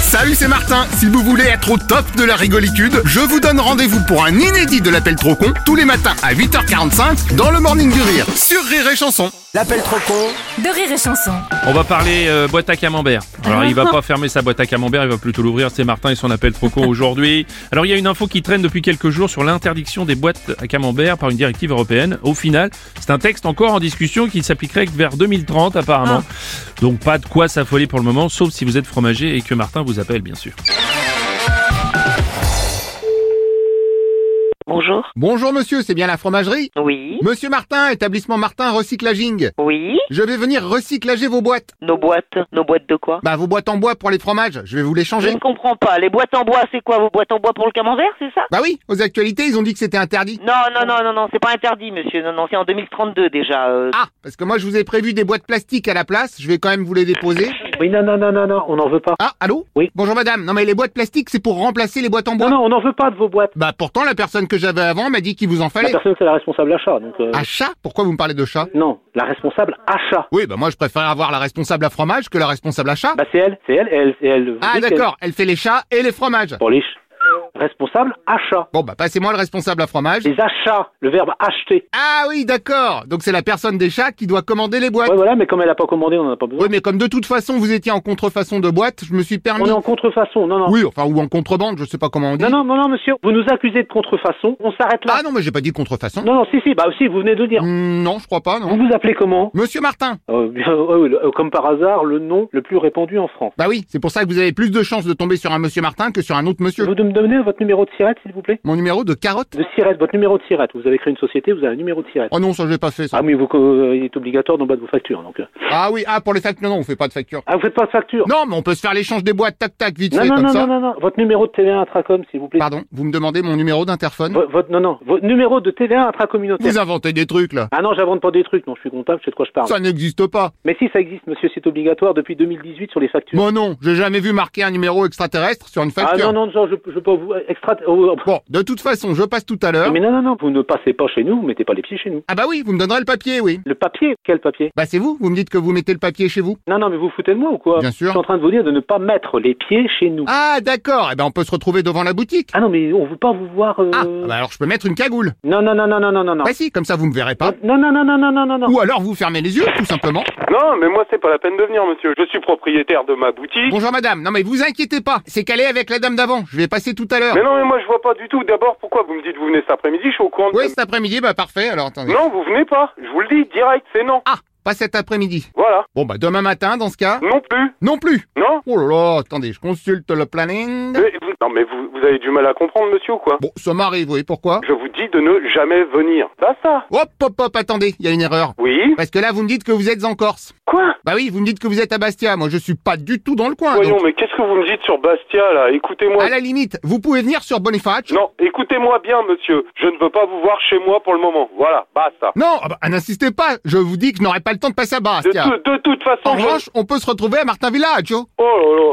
Salut, c'est Martin. Si vous voulez être au top de la rigolitude, je vous donne rendez-vous pour un inédit de l'appel trop con tous les matins à 8h45 dans le Morning du Rire sur Rire et Chanson. L'appel trop con de rire et chanson. On va parler euh, boîte à camembert. Alors il va pas fermer sa boîte à camembert, il va plutôt l'ouvrir. C'est Martin et son appel trop con aujourd'hui. Alors il y a une info qui traîne depuis quelques jours sur l'interdiction des boîtes à camembert par une directive européenne. Au final, c'est un texte encore en discussion qui s'appliquerait que vers 2030 apparemment. Donc pas de quoi s'affoler pour le moment, sauf si vous êtes fromager et que Martin vous appelle bien sûr. Bonjour. Bonjour monsieur, c'est bien la fromagerie Oui. Monsieur Martin, établissement Martin Recyclaging. Oui. Je vais venir recyclager vos boîtes. Nos boîtes. Nos boîtes de quoi Bah vos boîtes en bois pour les fromages, je vais vous les Je changer. ne comprends pas. Les boîtes en bois, c'est quoi vos boîtes en bois pour le camembert, c'est ça Bah oui, aux actualités, ils ont dit que c'était interdit. Non, non, non, non, non, c'est pas interdit, monsieur. Non, non, c'est en 2032 déjà. euh. Ah, parce que moi je vous ai prévu des boîtes plastiques à la place, je vais quand même vous les déposer. Oui, non, non, non, non, non, on n'en veut pas. Ah, allô Oui. Bonjour madame, non mais les boîtes plastiques c'est pour remplacer les boîtes en bois. Non, non, on n'en veut pas de vos boîtes. Bah pourtant la personne que j'avais avant m'a dit qu'il vous en La fallait. personne, c'est la responsable achat, donc... euh, Ah chat Pourquoi vous me parlez de chat Non, la responsable achat. Oui, bah moi je préfère avoir la responsable à fromage que la responsable à chat. Bah, c'est elle, c'est elle, et elle, et elle... vous ah dites d'accord, elle fait les chats et les fromages. qu'elle- Pour les... ch- Responsable achat. Bon bah passez-moi le responsable à fromage. Les achats, le verbe acheter. Ah oui, d'accord. Donc c'est la personne des chats qui doit commander les boîtes. Ouais, voilà, mais comme elle n'a pas commandé, on n'en a pas besoin. Oui, mais comme de toute façon vous étiez en contrefaçon de boîte, je me suis permis. On est en contrefaçon, non, non. Oui, enfin ou en contrebande, je sais pas comment on dit. Non, non, non, non, monsieur, vous nous accusez de contrefaçon, on s'arrête là. Ah non, mais j'ai pas dit contrefaçon. non, non, si, si, bah aussi, vous venez de le dire. Hmm, non, je crois pas, Vous non. vous appelez comment Monsieur Martin. Euh, bien, ouais, ouais, le- euh, Comme par hasard, le nom le plus répandu en France. Bah oui, c'est pour ça que vous avez plus de chances de tomber sur un monsieur Martin que sur un autre monsieur. Vous me donnez votre numéro de sirette, s'il vous plaît Mon numéro de carotte De sirette, votre numéro de sirette. Vous avez créé une société, vous avez un numéro de sirette. Oh non, ça j'ai pas fait ça. Ah mais vous, euh, il est obligatoire d'en bas de vos factures. Donc. euh. Ah oui, ah pour les factures, non, on fait pas de facture. Ah, vous faites pas de facture Non, mais on peut se faire l'échange des boîtes, tac tac, vite non, fait non, comme non, ça. non, non, non. Votre numéro de TVA intracom, s'il vous plaît. Pardon, vous me demandez mon numéro d'interphone Vo- votre, non, non, votre numéro de TVA intracommunautaire. Vous inventez des trucs là. Ah non, j'invente pas des trucs. Non, je suis comptable, je sais de quoi je parle. Ça n'existe pas. Mais si, ça existe, monsieur, c'est obligatoire depuis 2018 sur les factures. Moi non, j'ai jamais vu marquer un numéro extraterrestre sur une ah facture. non, non, genre, je, je peux pas vous... Extra... oh, oh, Bon, de toute façon, je passe tout à l'heure. Mais non, non, non, vous ne passez pas chez nous, vous mettez pas les pieds chez nous. Ah bah oui, vous me donnerez le papier, oui. Le papier, quel papier Bah c'est vous, vous me dites que vous mettez le papier chez vous. Non, non, mais vous vous foutez de moi ou quoi Bien sûr. Je suis en train de vous dire de ne pas mettre les pieds chez nous. Ah d'accord, eh ben on peut se retrouver devant la boutique. Ah non, mais on veut pas vous voir... euh, Ah, bah alors je peux mettre une cagoule. Non, non, non, non, non, non, non, non. Bah si, comme ça vous me verrez pas. Non, non, non, non, non, non, non, non. Ou alors vous fermez les yeux, tout simplement. Non, mais moi, c'est pas la peine de venir, monsieur. Je suis propriétaire de ma boutique. Bonjour madame, non mais vous inquiétez pas, c'est calé avec la dame d'avant, je vais passer tout à l'heure. Mais non, mais moi, je vois pas du tout. D'abord, pourquoi vous me dites vous venez cet après-midi Je suis au courant de... Oui, cet après-midi, bah parfait, alors attendez. Non, vous venez pas. Je vous le dis direct, c'est non. Ah, pas cet après-midi. Voilà. Bon bah demain matin dans ce cas. Non plus. Non plus Non. Oh là là, attendez, je consulte le planning. Mais vous- Non, mais vous, vous avez du mal à comprendre, monsieur, ou quoi Bon, ça m'arrive, oui, pourquoi Je vous dis de ne jamais venir. Bah, ça. Hop, hop, hop, attendez, il y a une erreur. Oui. Parce que là, vous me dites que vous êtes en Corse. Quoi Bah oui, vous me dites que vous êtes à Bastia, moi je suis pas du tout dans le coin. Voyons, Ah, donc. mais qu'est-ce que vous me dites sur Bastia, là Écoutez-moi. À la limite, vous pouvez venir sur Boniface. Non, écoutez-moi bien, monsieur. Je ne veux pas vous voir chez moi pour le moment. Voilà. Basta. Non, ah bah, n'insistez pas, je vous dis que je n'aurai pas le temps de passer à De, Bastia. tout- de toute En façon, je- revanche, on peut se retrouver à Martin Villaggio. Oh là là.